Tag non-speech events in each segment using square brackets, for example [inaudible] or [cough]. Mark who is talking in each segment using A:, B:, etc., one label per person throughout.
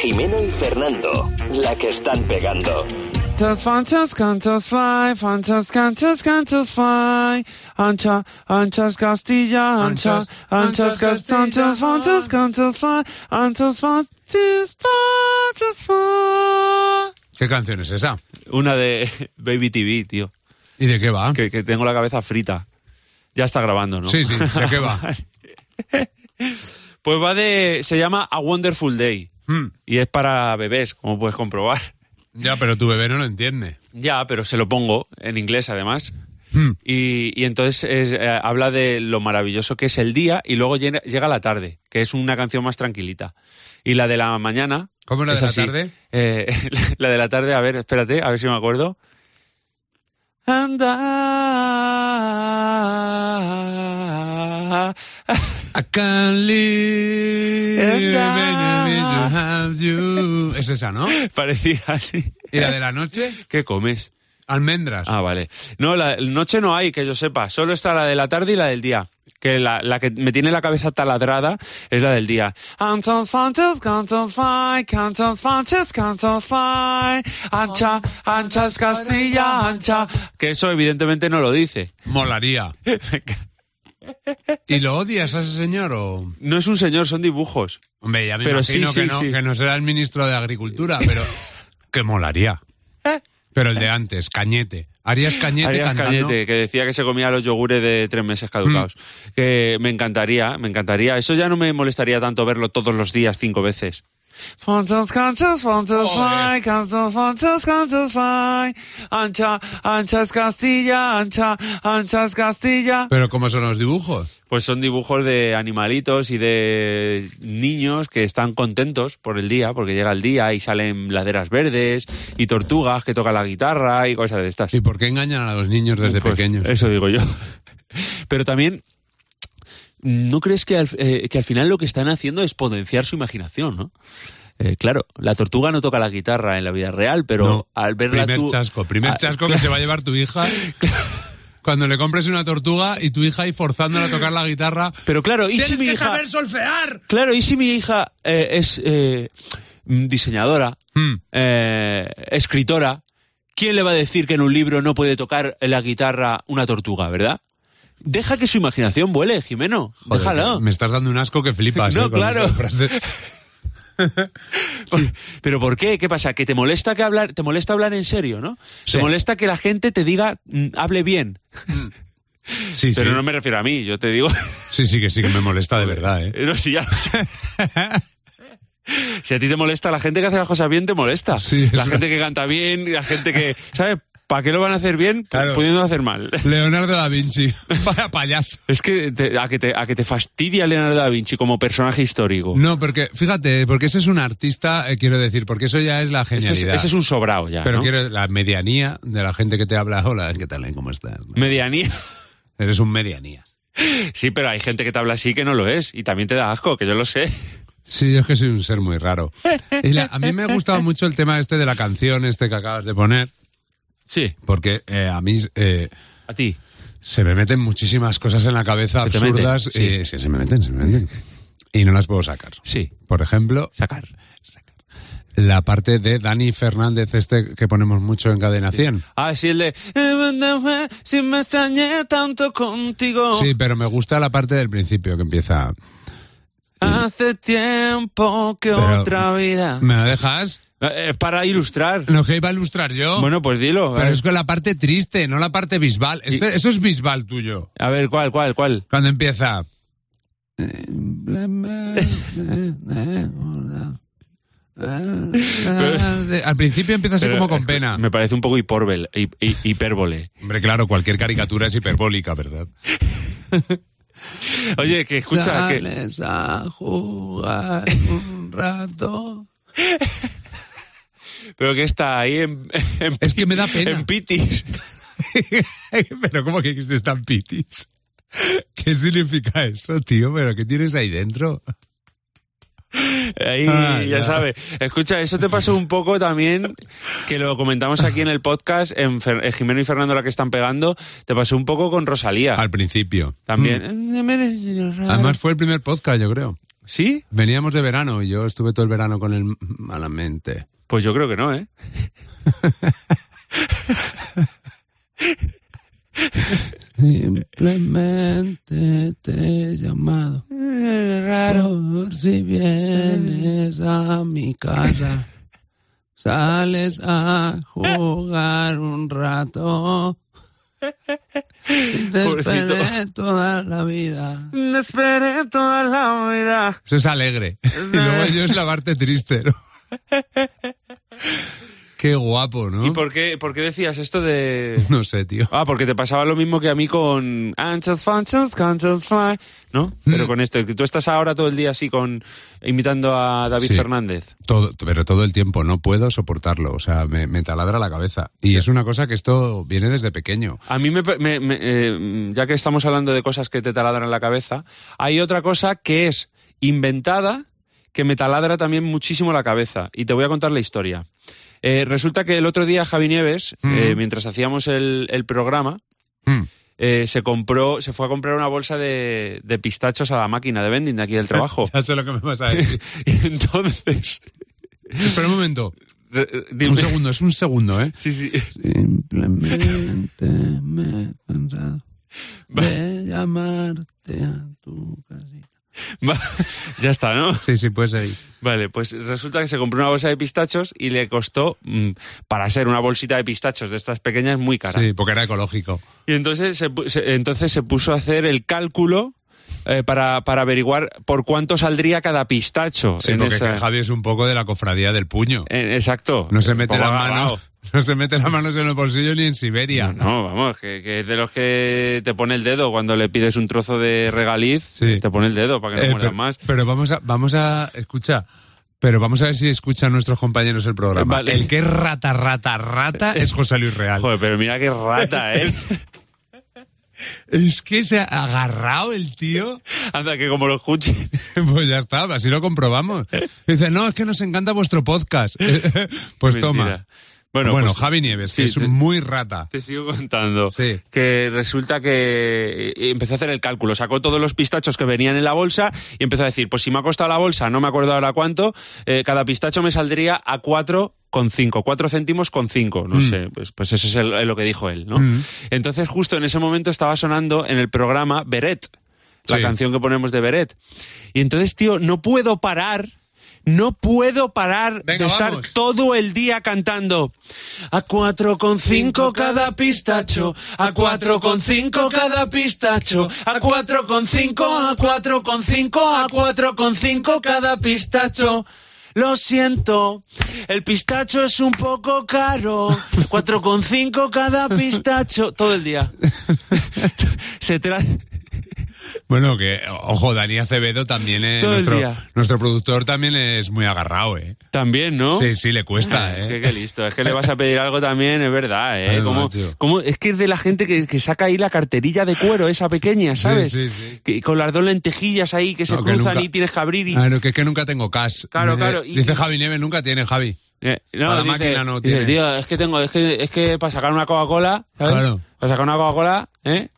A: Jimeno y Fernando, la que están pegando.
B: Just fun, just can, just fly, fun, just can, just can, just fly. Ancha, anchas Castilla, ancha, anchas Castilla, just fun, just can, just fly, anchas fun, just fly, just fly.
C: ¿Qué canción es esa?
D: Una de [laughs] Baby TV, tío.
C: ¿Y de qué va?
D: Que, que tengo la cabeza frita. Ya está grabando, ¿no?
C: Sí, sí, ¿de
D: [laughs]
C: qué va?
D: Pues va de. Se llama A Wonderful Day.
C: Hmm,
D: Y es para bebés, como puedes comprobar.
C: Ya, pero tu bebé no lo entiende.
D: Ya, pero se lo pongo en inglés además.
C: Hmm.
D: Y, y entonces es, eh, habla de lo maravilloso que es el día y luego llega, llega la tarde, que es una canción más tranquilita. Y la de la mañana.
C: ¿Cómo la
D: es
C: de la
D: así.
C: tarde?
D: Eh, [laughs] la de la tarde, a ver, espérate, a ver si me acuerdo. And I-
C: I can't live
D: Esta.
C: to have you. Es esa, ¿no?
D: [laughs] Parecía así.
C: ¿Y la de la noche?
D: ¿Qué comes?
C: Almendras.
D: Ah, vale. No, la noche no hay, que yo sepa. Solo está la de la tarde y la del día. Que la, la que me tiene la cabeza taladrada es la del día.
B: Anchas fun, just can, just fly, can, just fun, just can, just fly. Ancha, anchas Castilla, ancha.
D: Que eso evidentemente no lo dice. [laughs]
C: Molaría. ¿Y lo odias a ese señor o...?
D: No es un señor, son dibujos.
C: Hombre, ya me
D: Pero sí,
C: imagino que,
D: sí,
C: no,
D: sí.
C: que no será el ministro de Agricultura, pero
D: [laughs]
C: que molaría. Pero el de antes, Cañete. Harías Cañete
D: Arias
C: cantando.
D: Cañete, que decía que se comía los yogures de tres meses caducados.
B: Mm.
D: Que me encantaría, me encantaría. Eso ya no me molestaría tanto verlo todos los días cinco veces.
B: Fun, just can, just fun, just fly,
C: Joder.
B: can, just fun, just can, just fly. Ancha, anchas Castilla, ancha, anchas Castilla.
C: Pero ¿cómo son los dibujos?
D: Pues son dibujos de animalitos y de niños que están contentos por el día, porque llega el día y salen laderas verdes y tortugas que tocan la guitarra y cosas de estas.
C: ¿Y por qué engañan a los niños desde
D: Pues,
C: pequeños?
D: Eso digo yo. [laughs] Pero también, ¿no crees que al, eh, que al final lo que están haciendo es potenciar su imaginación, no? Eh, claro, la tortuga no toca la guitarra en la vida real, pero
C: No.
D: al verla
C: Primer
D: tú-
C: chasco, primer
D: Ah,
C: chasco que
D: claro.
C: se va a llevar
D: [laughs]
C: tu hija. Cuando le compres una tortuga y tu hija ahí forzándola a tocar la guitarra.
D: Pero claro, ¿y si
C: ¡Tienes
D: mi
C: que
D: hija,
C: saber solfear!
D: claro, ¿y si mi hija eh, es eh, mm, diseñadora,
C: Mm,
D: eh, escritora, ¿quién le va a decir que en un libro no puede tocar la guitarra una tortuga, verdad? Deja que su imaginación vuele, Jimeno.
C: joder,
D: Déjalo.
C: Me estás dando un asco que
D: [laughs]
C: flipas.
D: No,
C: eh, con
D: claro.
C: esas frases.
D: Por- ¿Pero por qué? ¿Qué pasa? ¿Que te molesta que hablar, te molesta hablar en serio, no?
C: Sí.
D: Te molesta que la gente te diga, mm, hable bien.
C: Sí, sí.
D: Pero no me refiero a mí, yo te digo. [laughs]
C: Sí, sí, que sí, que me molesta de verdad, ¿eh?
D: No, si ya lo sé. Si a ti te molesta, la gente que hace las cosas bien te molesta.
C: Sí, es
D: la
C: verdad.
D: gente que canta bien, la gente que. ¿Sabes? ¿Para qué lo van a hacer bien
C: Claro.
D: pudiendo hacer mal?
C: Leonardo da Vinci. [laughs] Vaya payaso.
D: Es que, te- a, que te, a que te fastidia Leonardo da Vinci como personaje histórico.
C: No, porque, fíjate, porque ese es un artista, eh, quiero decir, porque eso ya es la
D: ese, es,
C: genialidad.
D: ese es un sobrado ya.
C: Pero
D: ¿no?
C: quiero la medianía de la gente que te habla. Hola, ¿qué tal? eh? ¿Cómo estás?
D: Medianía. [laughs]
C: Eres un medianía.
D: Sí, pero hay gente que te habla así que no lo es. Y también te da asco, que yo lo sé.
C: Sí, yo es que soy un ser
D: [laughs]
C: muy raro. Y la- a mí me ha gustado mucho el tema este de la canción, este que acabas de poner,
D: Sí.
C: porque eh, a mí eh,
D: A ti.
C: se me meten muchísimas cosas en la cabeza
D: Se te
C: absurdas.
D: meten, sí.
C: eh, sí, se me meten, se me meten. Y no las puedo sacar.
D: Sí.
C: Por ejemplo,
D: Sacar.
C: la parte de Dani Fernández, este que ponemos mucho en Cadena 100.
D: Ah, sí, el de... eh,
B: Si me extrañé tanto contigo.
C: Sí, pero me gusta la parte del principio que empieza.
B: Hace tiempo que
C: Pero-
B: otra
D: Ah.
B: vida.
C: ¿Me la dejas?
D: Eh, para ilustrar.
C: Lo que iba a ilustrar yo.
D: Bueno, pues dilo. A
C: pero
D: ver,
C: es con la parte triste, no la parte bisbal. Este- eso es bisbal tuyo.
D: a ver, ¿cuál, cuál, cuál?
C: Cuando empieza. Al principio empieza así como con pena.
D: eh, Me parece un poco hiperbel- hi- hi-
C: [laughs]
D: hipérbole.
C: Hombre, claro, cualquier caricatura es hiperbólica, ¿verdad?
D: Oye, que escucha, que...
C: a jugar un rato.
D: pero que está ahí en, [laughs] en-
C: Es que me da
D: en
C: pena.
D: pitis.
C: [laughs]
D: [laughs]
C: Pero ¿cómo que están pitis? ¿Qué significa eso, tío? ¿Pero qué tienes ahí dentro?
D: Ahí,
C: Ah,
D: ya,
C: ya.
D: sabes. Escucha, eso te pasó un poco también, que lo comentamos aquí en el podcast, en, Fer- en Jimeno y Fernando la que están pegando, te pasó un poco con Rosalía.
C: Al principio.
D: También.
C: Además fue el primer podcast, yo creo.
D: ¿Sí?
C: Veníamos de verano y yo estuve todo el verano con él malamente.
D: Pues yo creo que no, ¿eh?
C: Simplemente te he llamado por si vienes a mi casa. Sales a jugar un rato. Y te
D: Pobrecito.
C: esperé toda la vida.
B: Me esperé toda la vida.
C: Eso es alegre. [laughs] Y luego yo es la parte triste, [laughs] ¿no? Qué guapo, ¿no?
D: ¿Y por qué, por qué decías esto de...?
C: [laughs] No sé, tío.
D: Ah, porque te pasaba lo mismo que a mí con Anchas Fanchas, Canchas Fly, ¿no? Pero con esto, que tú estás ahora todo el día así con imitando a David
C: Sí.
D: Fernández.
C: Todo, pero todo el tiempo, no puedo soportarlo, o sea, me, me taladra la cabeza. Y es una cosa que esto viene desde pequeño.
D: A mí me, me- me- eh, ya que estamos hablando de cosas que te taladran la cabeza, hay otra cosa que es inventada que me taladra también muchísimo la cabeza. Y te voy a contar la historia. Eh, resulta que el otro día Javi Nieves, eh, mientras hacíamos el, el programa,
C: [laughs] Mm.
D: eh, se compró, se fue a comprar una bolsa de, de pistachos a la máquina de vending de aquí del trabajo.
C: Ya sé lo que me vas a decir.
D: [laughs] y entonces,
C: [laughs] Espera un momento,
D: re- re- dime-
C: un segundo, es un segundo, ¿eh?
D: Sí, [laughs] sí.
C: Simplemente me he cansado de llamarte a tu casita.
D: Va- ya está, ¿no?
C: Sí, sí, puedes seguir.
D: Vale, pues resulta que se compró una bolsa de pistachos y le costó, mm, para ser una bolsita de pistachos de estas pequeñas, muy cara.
C: Sí, porque era ecológico.
D: Y entonces se, pu- se- entonces se puso a hacer el cálculo eh, para, para averiguar por cuánto saldría cada pistacho.
C: Sí,
D: en
C: porque
D: esa-
C: que Javi es un poco de la cofradía del puño.
D: en- exacto.
C: No se mete
D: Poco
C: la mano,
D: agravado.
C: [laughs] no se mete las manos en los bolsillos ni en Siberia.
D: No, vamos, que, que es de los que te pone el dedo cuando le pides un trozo de regaliz,
C: Sí.
D: te pone el dedo para que no
C: Eh,
D: mueras
C: pero,
D: más.
C: pero vamos a, vamos a, escucha, pero vamos a ver si escuchan nuestros compañeros el programa.
D: Vale.
C: El que es rata, rata, rata es José Luis Real.
D: Joder, pero mira qué rata
C: [laughs]
D: ¿eh?
C: Es que se ha agarrado el tío. [laughs]
D: Anda, que como lo escuche.
C: Pues ya está, así lo comprobamos. Dice, no, es que nos encanta vuestro podcast. [laughs] Pues toma.
D: Mentira.
C: Bueno,
D: pues-
C: Javi Nieves,
D: sí,
C: que es
D: te-
C: muy rata.
D: Te sigo contando.
C: Sí.
D: Que resulta que eh, empezó a hacer el cálculo. Sacó todos los pistachos que venían en la bolsa y empezó a decir, pues si me ha costado la bolsa, no me acuerdo ahora cuánto, eh, cada pistacho me saldría a cuatro con cinco, cuatro céntimos con cinco,
C: Mm.
D: no sé, pues, pues eso es el- eh, lo que dijo él, ¿no? Entonces justo en ese momento estaba sonando en el programa Beret, la
C: Sí.
D: canción que ponemos de Beret. Y entonces, tío, no puedo parar, no puedo parar
C: Venga,
D: de estar
C: vamos.
D: todo el día cantando. A 4,5 cada pistacho, a 4,5 cada pistacho, a 4,5, a 4,5, a 4,5 cada pistacho. Lo siento, el pistacho es un poco caro. 4,5 cada pistacho. Todo el
C: [laughs]
D: día. Se trata.
C: Bueno, que, ojo, Dani Acevedo también es.
D: Todo el
C: Nuestro,
D: día.
C: nuestro productor también es muy agarrado, ¿eh?
D: También, ¿no?
C: Sí, sí, le cuesta,
D: Es que
C: ¿eh?
D: qué listo, es que le vas a pedir algo también, es verdad, ¿eh?
C: Ay,
D: Como-
C: macho.
D: como- es que es de la gente que, que saca ahí la carterilla de cuero, esa pequeña, ¿sabes?
C: sí, sí.
D: Que- con las dos lentejillas ahí que se
C: No, que
D: cruzan
C: nunca- Ah,
D: y tienes que abrir y...
C: Claro, que es que nunca tengo cash.
D: Claro,
C: Eh,
D: claro, y-
C: Dice Javi Nieves, nunca tiene, Javi.
D: Eh, no,
C: para la
D: dice-
C: máquina no
D: dice,
C: tiene.
D: tío, es que tengo, es que, es que para sacar una Coca-Cola, ¿sabes?
C: Claro.
D: Para sacar una Coca-Cola, ¿eh?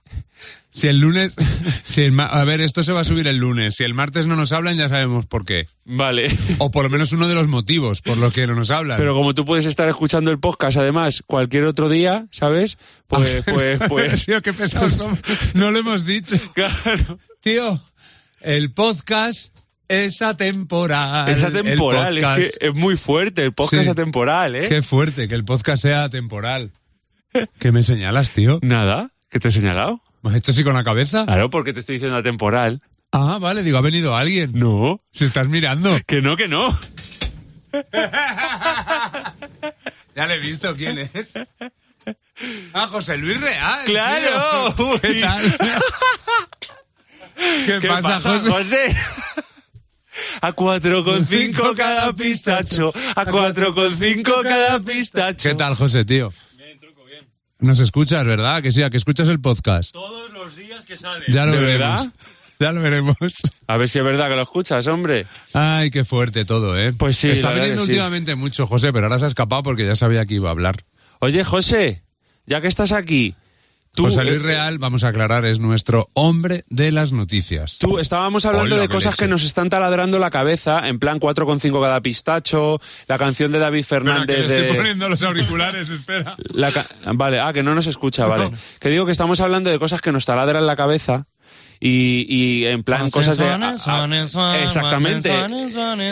C: Si el lunes. [laughs] Si el ma- a ver, esto se va a subir el lunes. Si el martes no nos hablan, ya sabemos por qué.
D: Vale.
C: O por lo menos uno de los motivos por los que no nos
D: [laughs]
C: hablan.
D: Pero como tú puedes estar escuchando el podcast, además, cualquier otro día, ¿sabes?
C: [laughs]
D: Pues, pues, pues...
C: Tío,
D: [laughs]
C: qué pesados somos. No lo hemos dicho.
D: claro.
C: Tío, el podcast es atemporal.
D: Es atemporal,
C: El
D: es
C: podcast-
D: que es muy fuerte, el podcast
C: Sí.
D: atemporal, ¿eh?
C: Qué fuerte, que el podcast sea atemporal. ¿Qué me señalas, tío?
D: Nada, que te he señalado.
C: ¿Me has hecho así con la cabeza?
D: Claro, porque te estoy diciendo atemporal.
C: Ah, vale, digo, ha venido alguien.
D: No.
C: Si estás mirando.
D: Que no, que no.
C: Ya le he visto quién es. Ah, José Luis Real.
D: ¡Claro!
C: tío. ¿Qué
D: Uy.
C: tal? [laughs] ¿Qué,
D: ¿Qué
C: pasa, José?
D: A 4,5 cada pistacho. A 4,5 cada pistacho.
C: ¿Qué tal, José, tío? Nos escuchas, ¿verdad? Que sí, a que escuchas el podcast.
E: Todos los días que sale.
C: Ya lo
D: ¿De
C: veremos.
D: verdad?
C: [laughs] Ya lo veremos.
D: A ver si es verdad que lo escuchas, hombre.
C: Ay, qué fuerte todo, ¿eh?
D: Pues sí,
C: Está
D: la verdad
C: viniendo
D: que sí.
C: últimamente mucho, José, pero ahora se ha escapado porque ya sabía que iba a hablar.
D: Oye, José, ya que estás aquí, Tú,
C: José Luis
D: eh,
C: Real, vamos a aclarar, es nuestro hombre de las noticias.
D: Tú, estábamos hablando
C: Hola,
D: de
C: qué
D: cosas
C: leche.
D: que nos están taladrando la cabeza, en plan 4,5 cada pistacho, la canción de David
C: Espera, que
D: Fernández
C: le estoy
D: de...
C: poniendo los auriculares, espera.
D: la ca- Vale, ah, que no nos escucha, vale.
C: No.
D: Que digo que estamos hablando de cosas que nos taladran la cabeza y, y en plan cosas de... ah, ah, Exactamente.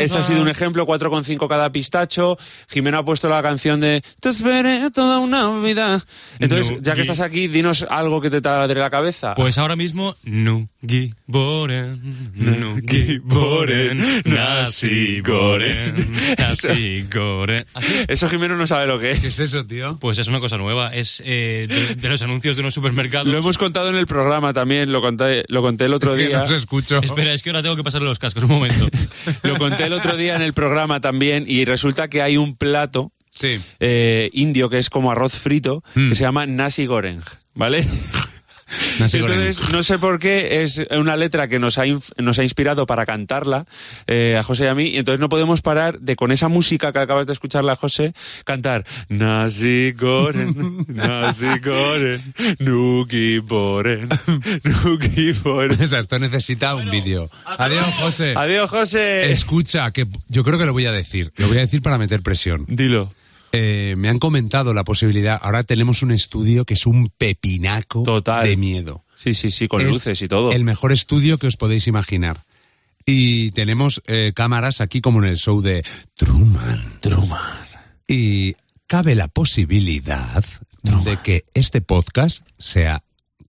D: Ese ha sido un ejemplo, 4,5 cada pistacho. Jimena ha puesto la canción de Te esperé toda una vida. Entonces,
E: No,
D: ya que
E: y-
D: estás aquí, dinos algo que te taladre la cabeza.
E: Pues ahora mismo, Nugi Boren, Nugi Boren, Nasi Goren, Nasi Goren. Así.
D: Eso Jimeno no sabe lo que es.
C: ¿Qué es eso, tío?
E: Pues es una cosa nueva, es eh, de, de los anuncios de unos supermercados.
D: Lo hemos contado en el programa también, lo conté, lo conté el otro
C: [laughs] Que
D: día.
C: no se escucho.
E: Espera, es que ahora tengo que pasarle los cascos,
D: [laughs]
E: un momento.
D: Lo conté el otro día en el programa también y resulta que hay un plato
C: Sí.
D: eh, indio que es como arroz frito
C: Mm.
D: que se llama nasi goreng,
C: [laughs]
D: ¿vale?
E: Nasi Goren.
D: Entonces, no sé por qué, es una letra que nos ha, inf- nos ha inspirado para cantarla eh, a José y a mí, y entonces no podemos parar de, con esa música que acabas de escucharla, José, cantar Nasi
C: [laughs]
D: Goren, Nasi Goren, Nuki
C: [laughs]
D: Boren, Nuki Boren.
C: Esa, esto necesita un vídeo. Adiós, José.
D: Adiós, José.
C: Escucha, que yo creo que lo voy a decir. Lo voy a decir para meter presión.
D: Dilo.
C: Eh, me han comentado la posibilidad. Ahora tenemos un estudio que es un pepinaco
D: Total.
C: de miedo.
D: Sí, sí, sí, con
C: Es
D: luces y todo.
C: El mejor estudio que os podéis imaginar. Y tenemos eh, cámaras aquí como en el show de Truman.
D: Truman.
C: Y cabe la posibilidad de que este podcast sea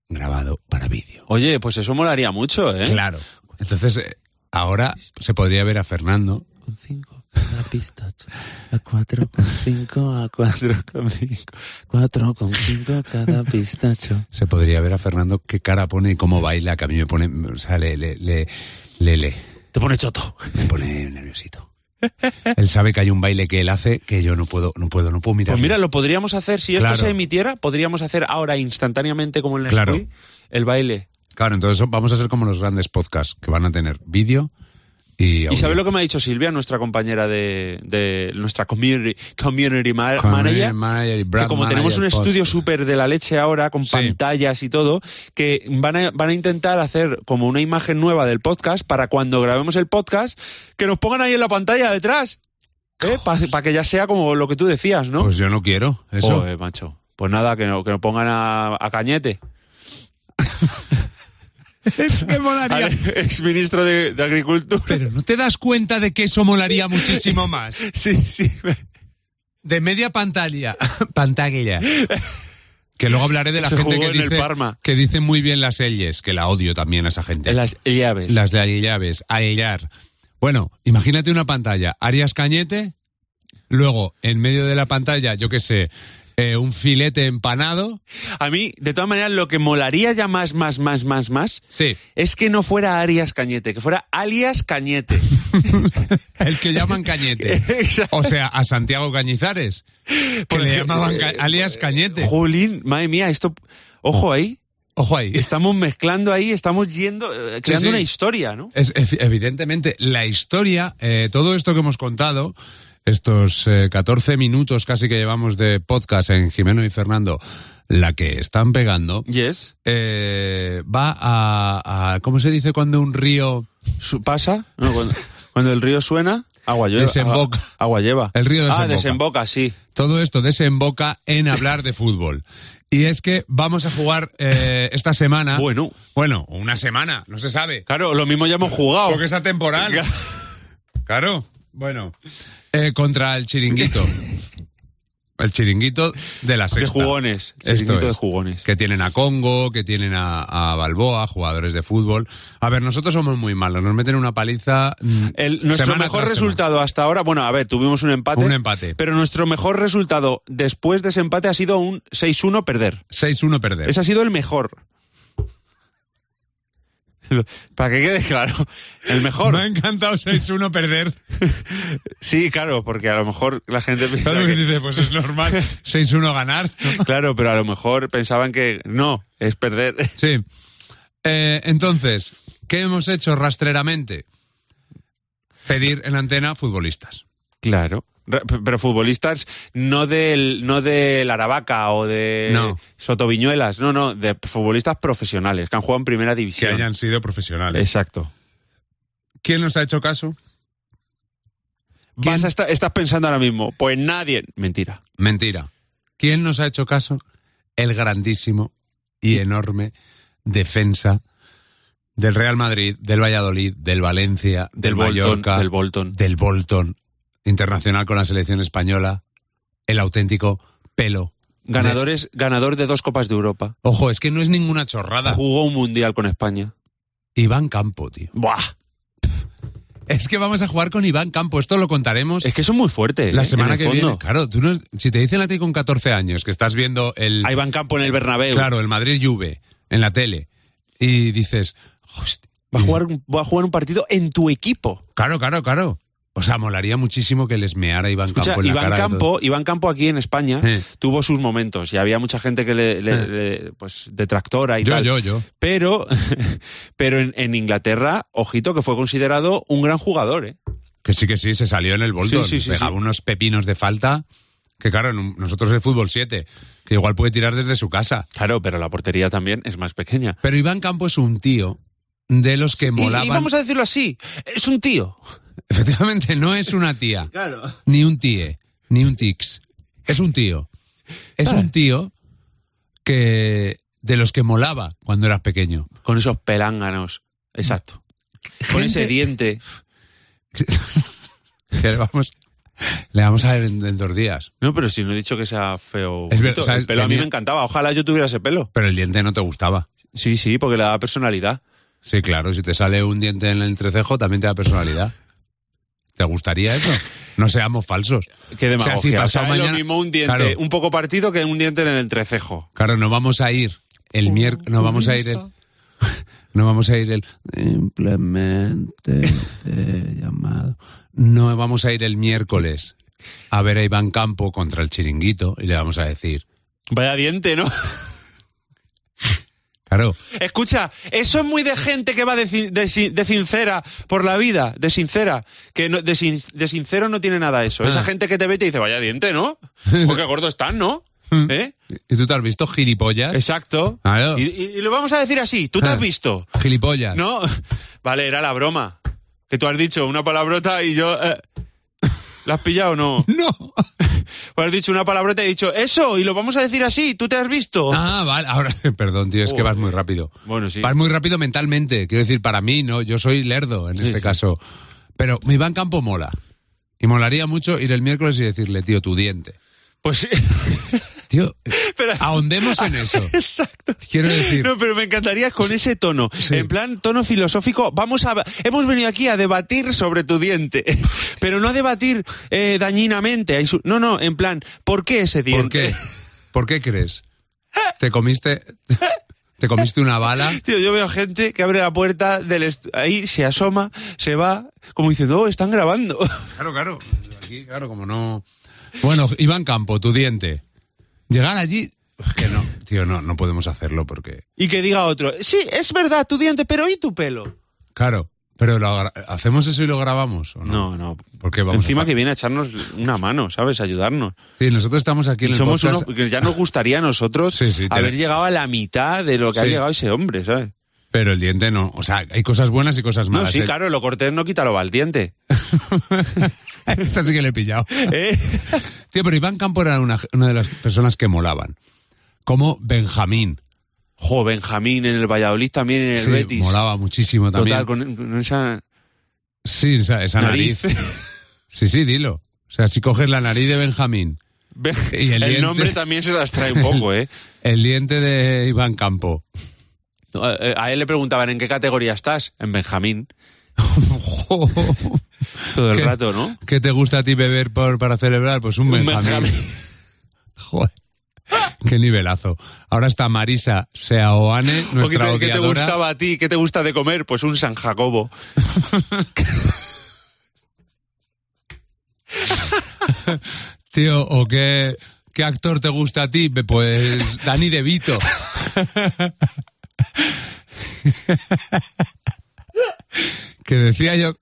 C: grabado para vídeo.
D: Oye, pues eso molaría mucho, ¿eh?
C: Claro. Entonces, eh, ahora se podría ver a Fernando.
D: Con cinco, cada pistacho. A cuatro con cinco, a cuatro con cinco. Cuatro con cinco cada pistacho.
C: Se podría ver a Fernando qué cara pone y cómo baila, que a mí me pone. O sea, le. le, le, le, le-
D: Te pone choto.
C: me pone nerviosito. Él sabe que hay un baile que él hace que yo no puedo, no puedo, no puedo mirar.
D: Pues mira, lo podríamos hacer, si esto
C: Claro.
D: se emitiera, podríamos hacer ahora instantáneamente como en el
C: Claro.
D: Squid, el baile.
C: Claro, entonces vamos a ser como los grandes podcasts que van a tener vídeo y.
D: ¿Y
C: audio.
D: sabes lo que me ha dicho Silvia, nuestra compañera de, de nuestra community, community ma-
C: Con
D: manager?
C: Miriam Manager y
D: que
C: Brad
D: como tenemos un
C: Manager pues, Post.
D: estudio súper de la leche ahora, con
C: Sí.
D: pantallas y todo, que van a, van a intentar hacer como una imagen nueva del podcast para cuando grabemos el podcast, que nos pongan ahí en la pantalla detrás. Para que ya sea como lo que tú decías, ¿no?
C: Pues yo no quiero eso.
D: Joder, macho. Pues nada, que no, que nos pongan a, a Cañete.
C: [laughs] es que molaría.
D: Al exministro de, de
C: [laughs]
D: Agricultura.
C: Pero no te das cuenta de que eso molaría
D: [laughs]
C: muchísimo más.
D: Sí, sí.
C: De media pantalla. [laughs] pantalla. Que luego hablaré de la
D: Se
C: gente
D: jugó
C: que
D: en el
C: dice,
D: Parma.
C: que dice muy bien las leyes, que la odio también a esa gente.
D: Las llaves.
C: Las de Aguillaves, Aguillar. Bueno, imagínate una pantalla, Arias Cañete, luego en medio de la pantalla, yo qué sé, eh, un filete empanado.
D: A mí, de todas maneras, lo que molaría ya más, más, más, más, más,
C: Sí,
D: es que no fuera Arias Cañete, que fuera alias
C: [laughs]
D: Cañete.
C: el que llaman Cañete.
D: [laughs] Exacto.
C: [laughs] O sea, a Santiago Cañizares, que
D: Por
C: le
D: ejemplo,
C: llamaban Ca- alias Cañete.
D: Jolín, madre mía, esto. Ojo ahí,
C: Ojo ahí.
D: estamos mezclando ahí, estamos yendo, eh, creando
C: sí.
D: una historia, ¿no?
C: Es, ev- evidentemente, la historia, eh, todo esto que hemos contado, estos eh, 14 minutos casi que llevamos de podcast en Jimeno y Fernando, la que están pegando,
D: Yes.
C: eh, va a, a- ¿Cómo se dice cuando un río.
D: Su- ¿Pasa? No, cuando, cuando el río suena, agua lleva.
C: Desemboca.
D: Agua, agua lleva.
C: El río desemboca.
D: Ah, desemboca, sí.
C: Todo esto desemboca en hablar de fútbol. Y es que vamos a jugar eh, esta semana.
D: Bueno.
C: Bueno, una semana, no se sabe.
D: Claro, lo mismo ya hemos jugado.
C: Porque es atemporal. Claro. Bueno. eh, contra
D: [laughs]
C: el chiringuito. El chiringuito de las
D: De jugones. Chiringuito de jugones.
C: Que tienen a Congo, que tienen a, a Balboa, jugadores de fútbol. A ver, nosotros somos muy malos. Nos meten una paliza. mm,
D: El- nuestro
C: semana
D: mejor
C: tras semana.
D: resultado hasta ahora, bueno, a ver, tuvimos un empate.
C: Un empate.
D: Pero nuestro mejor resultado después de ese empate ha sido un 6-1 perder.
C: 6-1 perder.
D: Ese ha sido el mejor. [laughs] Lo- Para que quede claro, el mejor.
C: Me ha encantado
D: [laughs]
C: 6-1 perder.
D: Sí, claro, porque a lo mejor la gente piensa
C: Claro que
D: que-
C: dice, pues es normal.
D: [laughs]
C: 6-1 ganar.
D: claro, pero a lo mejor pensaban que no, es
C: [laughs]
D: perder.
C: Sí. Eh, entonces, ¿qué hemos hecho rastreramente? Pedir en antena futbolistas.
D: Claro. re- pero futbolistas no del no de Aravaca o de
C: No.
D: Sotoviñuelas, no, no, de futbolistas profesionales que han jugado en primera
C: que
D: división.
C: hayan sido profesionales.
D: Exacto.
C: ¿Quién nos ha hecho caso? ¿Quién?
D: Vas a estar- estás pensando ahora mismo, pues nadie, mentira.
C: Mentira. ¿Quién nos ha hecho caso? El grandísimo y enorme defensa del Real Madrid, del Valladolid, del Valencia, del, Mallorca,
D: Bolton, del Bolton.
C: del Bolton, internacional con la selección española, el auténtico pelo.
D: Ganadores, ganador de dos copas de Europa.
C: Ojo, es que no es ninguna chorrada.
D: Jugó un mundial con España.
C: Iván Campo, tío.
D: Buah.
C: Es que vamos a jugar con Iván Campo, esto lo contaremos
D: Es que son muy fuertes.
C: la
D: ¿eh? en
C: semana
D: el
C: que
D: fondo.
C: viene. Claro, tú no- si te dicen a ti con 14 años que estás viendo el
D: A Iván Campo en el Bernabéu.
C: Claro, el Madrid Juve en la tele. Y dices, "Hosti-".
D: Va a, jugar, un- va a jugar un partido en tu equipo.
C: claro, claro, claro. O sea, molaría muchísimo que les meara Iván
D: Escucha,
C: Campo en la
D: Iván,
C: cara de todo.
D: Campo, Iván Campo aquí en España
C: Eh.
D: tuvo sus momentos y había mucha gente que le, le-
C: Eh.
D: le- pues detractora y
C: Yo,
D: tal.
C: yo, yo.
D: Pero, [laughs] pero en, en Inglaterra, ojito, que fue considerado un gran jugador. ¿eh?
C: Que sí, que sí, se salió en el Bolton.
D: Sí, sí, sí,
C: Pegaba
D: sí.
C: unos pepinos de falta. Que claro, en un- nosotros el fútbol 7, que igual puede tirar desde su casa.
D: Claro, pero la portería también es más pequeña.
C: Pero Iván Campo es un tío de los que
D: Y-
C: molaban.
D: y vamos a decirlo así, es un tío.
C: Efectivamente, no es una tía.
B: Claro.
C: Ni un tíe, ni un tix. Es un tío. Es un tío que de los que molaba cuando eras pequeño.
D: Con esos pelánganos. Exacto. Con
C: Gente-
D: ese diente.
C: Que le vamos, le vamos a ver en, en dos días.
D: No, pero si no he dicho que sea feo.
C: Es verdad,
D: bonito.
C: ¿sabes?
D: El pelo a mí
C: Tenía-
D: me encantaba. Ojalá yo tuviera ese pelo.
C: Pero el diente no te gustaba.
D: Sí, sí, porque le daba personalidad.
C: Sí, claro, si te sale un diente en el entrecejo también te da personalidad. ¿Te gustaría eso? No seamos falsos.
D: Qué
C: O sea,
D: demagogia.
C: si pasado
D: es
C: mañana-
D: lo mismo un diente,
C: Claro.
D: un poco partido que un diente en el entrecejo.
C: Claro, no vamos a ir el miércoles, no vamos a ir el... [laughs] No vamos a ir el... Simplemente te he llamado. No vamos a ir el miércoles a ver a Iván Campo contra el chiringuito y le vamos a decir...
D: Vaya diente, ¿no?
C: Claro,
D: [laughs] Escucha, eso es muy de gente que va de, cin- de sin- de sincera por la vida, de sincera. Que no- de, sin- de sincero no tiene nada eso. Esa
C: Ah.
D: gente que te ve y te dice, vaya diente, ¿no?
C: [laughs]
D: Porque gordo están, ¿no? ¿Eh?
C: ¿y tú te has visto gilipollas?
D: Exacto.
C: Hmm. Claro.
D: Y, y- y lo vamos a decir así, tú te
C: Ah.
D: has visto.
C: Gilipollas.
D: No, [laughs] vale, era la broma. Que tú has dicho una palabrota y yo... eh, ¿La has pillado o no?
C: No.
D: Pues has dicho una palabrota y he dicho, eso, y lo vamos a decir así, tú te has visto.
C: [laughs] Ah, vale, ahora, [laughs] perdón, tío, es que vas muy rápido.
D: Bueno, sí.
C: Vas muy rápido mentalmente, quiero decir, para mí, ¿no? Yo soy lerdo en este
D: sí.
C: caso. Pero mi Iván Campo mola. Y molaría mucho ir el miércoles y decirle, tío, tu diente.
D: Pues sí.
C: [laughs] Tío,
D: Pero-
C: ahondemos en [laughs] eso.
D: Exacto.
C: Quiero decir,
D: No, pero me encantaría con ese tono.
C: Sí.
D: En plan, tono filosófico. Vamos a. Hemos venido aquí a debatir sobre tu diente. [laughs] Pero no a debatir eh, dañinamente. a insu- No, no, en plan, ¿por qué ese diente?
C: ¿por qué? ¿Por qué crees? ¿Te comiste, [laughs] te comiste una bala?
D: [laughs] Tío, yo veo gente que abre la puerta del est- ahí, se asoma, se va, como diciendo, oh, están grabando. [laughs]
C: Claro, claro. Aquí, claro, como no. Bueno, Iván Campo, tu diente. Llegar allí. Es que no, tío, no, no podemos hacerlo porque.
D: Y que diga otro, sí, es verdad, tu diente, pero ¿y tu pelo?
C: Claro, pero lo agra- ¿hacemos eso y lo grabamos o no?
D: No, no.
C: Porque vamos
D: Encima
C: a-
D: que viene a echarnos una mano, ¿sabes? Ayudarnos.
C: Sí, nosotros estamos aquí en
D: Y
C: el
D: somos
C: podcast.
D: unos- que ya nos gustaría a nosotros
C: Sí, sí, te-
D: haber llegado a la mitad de lo que ha
C: Sí.
D: llegado ese hombre, ¿sabes?
C: Pero el diente no. O sea, hay cosas buenas y cosas
D: No,
C: malas.
D: sí,
C: [laughs] ¿eh?
D: claro, lo cortés no quita lo
C: [laughs]
D: valiente.
C: Esa sí que le he pillado.
D: ¿Eh?
C: Tío, pero Iván Campo era una, una de las personas que molaban. Como Benjamín.
D: Jo, Benjamín en el Valladolid, también en el
C: sí,
D: Betis.
C: molaba muchísimo también.
D: Total, con, con esa
C: Sí, esa, esa nariz.
D: nariz.
C: Sí, sí, dilo. O sea, si coges la nariz de Benjamín,
D: [laughs] Ve-
C: Y el
D: el,
C: diente.
D: nombre también se las trae un poco,
C: [laughs]
D: ¿eh?
C: el diente de Iván
D: [laughs]
C: Campo. [laughs]
D: A, eh, a él le preguntaban en qué categoría estás. En Benjamín.
C: Jo,
D: Todo el
C: ¿Qué?
D: rato, ¿no?
C: ¿Qué te gusta a ti beber por- para celebrar? Pues un
D: Un
C: Benjamín.
D: Benjamín.
C: [laughs] Joder. Qué nivelazo. Ahora está Marisa Seaoane,
D: ¿O qué
C: nuestra
D: te- ¿Qué te
C: odiadora.
D: gustaba a ti? ¿Qué te gusta de comer? Pues un San Jacobo.
C: Tío, ¿o qué, qué actor te gusta a ti? Pues Dani
D: [laughs]
C: DeVito. que decía yo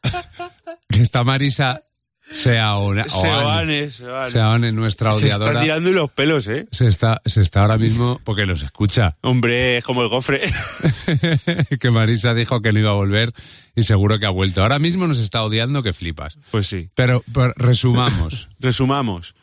C: que esta Marisa Seoane.
D: Seoane, Seoane.
C: Seoane,
D: eh,
C: nuestra
D: Se están
C: odiadora.
D: tirando los pelos, ¿eh?
C: Se está, se está ahora mismo porque nos escucha.
D: Hombre, es como el gofre.
C: [laughs] que Marisa dijo que no iba a volver y seguro que ha vuelto. Ahora mismo nos está odiando que flipas.
D: Pues sí.
C: Pero, pero
D: [laughs]
C: resumamos.
D: Resumamos.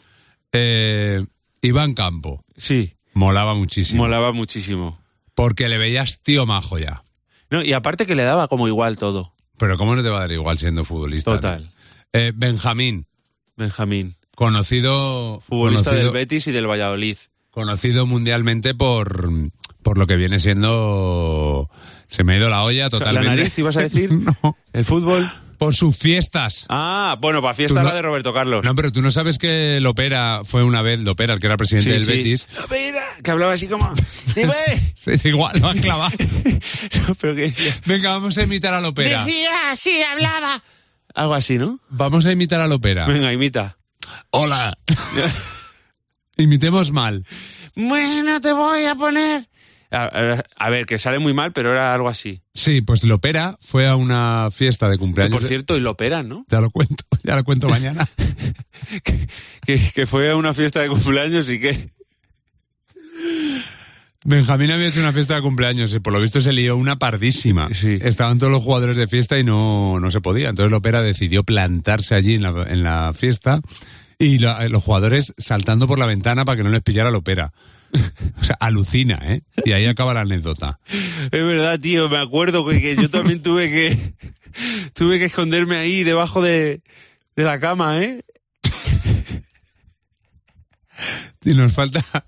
C: Eh, Iván Campo.
D: Sí,
C: Molaba muchísimo.
D: molaba muchísimo.
C: Porque le veías tío majo ya.
D: No, y aparte que le daba como igual todo.
C: Pero ¿cómo no te va a dar igual siendo futbolista? no?
D: Total.
C: Eh, Benjamín.
D: Benjamín,
C: Conocido,
D: futbolista
C: conocido,
D: del Betis y del Valladolid.
C: conocido mundialmente por, por lo que viene siendo... Se me ha ido la olla totalmente.
D: ¿La nariz ibas a decir?
C: [laughs] No.
D: ¿El fútbol?
C: Por sus fiestas.
D: Ah, bueno, para fiesta
C: Tú no-
D: la de Roberto Carlos.
C: No, pero tú no sabes que Lopera fue una vez, Lopera, el que era presidente
D: Sí, sí.
C: del Betis. [laughs]
D: La pera, que hablaba así como... ¡Dime! [laughs]
C: Se dice, igual, lo han clavado.
D: No, pero que decía-
C: Venga, vamos a imitar a Lopera.
D: Decía así, hablaba. Algo así, ¿no?
C: Vamos a imitar a Lopera.
D: Venga, imita. [laughs]
C: Hola. Imitemos mal.
D: Bueno, te voy a poner... A, a ver, que sale muy mal, pero era algo así.
C: Sí, pues Lopera fue a una fiesta de
D: Que,
C: cumpleaños.
D: por cierto, y lo operan, ¿no?
C: Ya lo cuento, ya lo
D: [laughs]
C: cuento mañana.
D: Que, que fue a una fiesta de cumpleaños y que...
C: Benjamín había hecho una fiesta de cumpleaños y por lo visto se lió una pardísima.
D: Sí.
C: Estaban todos los jugadores de fiesta y no, no se podía. Entonces Lopera decidió plantarse allí en la, en la fiesta y la- eh, los jugadores saltando por la ventana para que no les pillara Lopera. O sea, alucina, ¿eh? Y ahí acaba la anécdota.
D: Es verdad, tío, me acuerdo que, que yo también tuve que... [laughs] Tuve que esconderme ahí debajo de, de la cama, ¿eh?
C: Y nos falta. [laughs]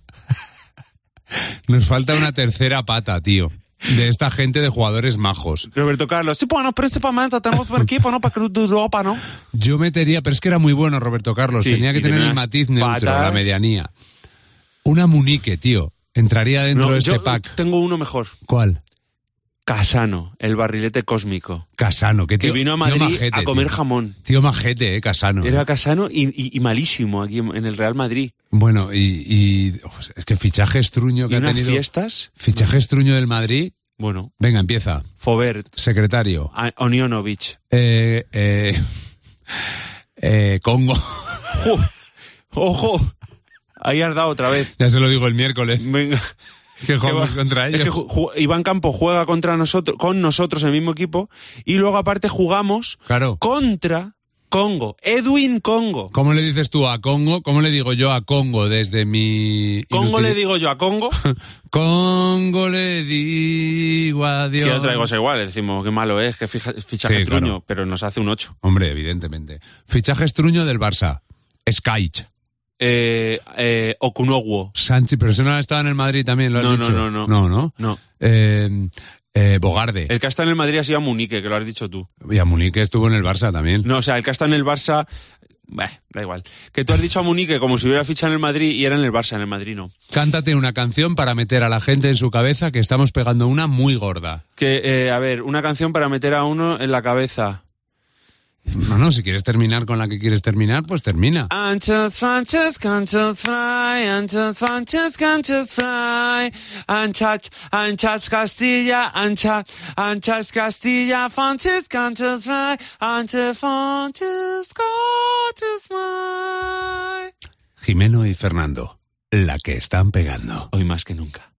C: Nos falta una tercera pata, tío. De esta gente de jugadores majos.
D: Roberto Carlos. Sí, pues, bueno, principalmente tenemos un equipo, ¿no? Para Cruz de Europa, ¿no?
C: Yo metería, pero es que era muy bueno Roberto Carlos.
D: Sí,
C: tenía que
D: y
C: tener
D: tenía
C: el
D: unas
C: matiz neutro,
D: patas.
C: la medianía. Una munique, tío. Entraría dentro
D: No,
C: de este
D: yo
C: pack.
D: tengo uno mejor.
C: ¿Cuál?
D: Casano, el barrilete cósmico.
C: Casano, que
D: Que
C: tío.
D: vino a
C: tío
D: Madrid
C: majete,
D: a comer
C: tío.
D: jamón.
C: Tío majete, eh, Casano.
D: Era
C: eh.
D: Casano y, y- y malísimo aquí en, en el Real Madrid.
C: Bueno, y, y- uf, es que fichaje estruño
D: Y
C: que ha
D: unas
C: tenido.
D: fiestas.
C: Fichaje estruño del Madrid.
D: Bueno,
C: Venga, empieza.
D: Fobert,
C: Secretario.
D: A- [laughs] Onionovic.
C: Eh, eh, [laughs] eh, Congo. [laughs]
D: ¡Ojo! Ahí has dado otra vez.
C: ya se lo digo
D: [laughs]
C: el miércoles.
D: Venga.
C: Que jugamos
D: Que va-
C: contra
D: Es que
C: ellos.
D: ju- ju- Iván Campo juega contra nosotros, con nosotros en el mismo equipo. Y luego, aparte, jugamos
C: Claro.
D: contra Congo. Edwin Congo.
C: ¿Cómo le dices tú a Congo? ¿Cómo le digo yo a Congo desde mi...
D: Congo
C: inutil-
D: le digo yo a
C: [laughs]
D: Congo.
C: Congo le digo adiós.
D: Que otra cosa igual, decimos qué malo es, que fija- fichaje
C: Sí, claro.
D: truño, pero nos hace un 8.
C: Hombre, evidentemente. Fichaje estruño del Barça. Skaich.
D: Eh, eh, Okunoguo.
C: Sánchez, pero ese no estaba en el Madrid también, lo has
D: No, no,
C: dicho.
D: no, no.
C: No,
D: No.
C: Eh, eh, Bogarde.
D: El que está en el Madrid ha sido a Munique, que lo has dicho tú.
C: Y a Munique estuvo en el Barça también.
D: No, o sea, el que está en el Barça. bah, da igual. Que tú has dicho a Munique como si hubiera fichado en el Madrid y era en el Barça, en el Madrid no.
C: Cántate una canción para meter a la gente en su cabeza que estamos pegando una muy gorda.
D: Que, eh, a ver, una canción para meter a uno en la cabeza.
C: No, no, si quieres terminar con la que quieres terminar, pues termina.
B: Anchas, fanchas, canchas, fry, anchas, fanchas, canchas, fry, anchas, anchas, Castilla, anchas, anchas, Castilla, fanchas, canchas, fry, anchas, fanchas, canchas, fry.
C: Jimeno y Fernando, la que están pegando.
D: Hoy más que nunca.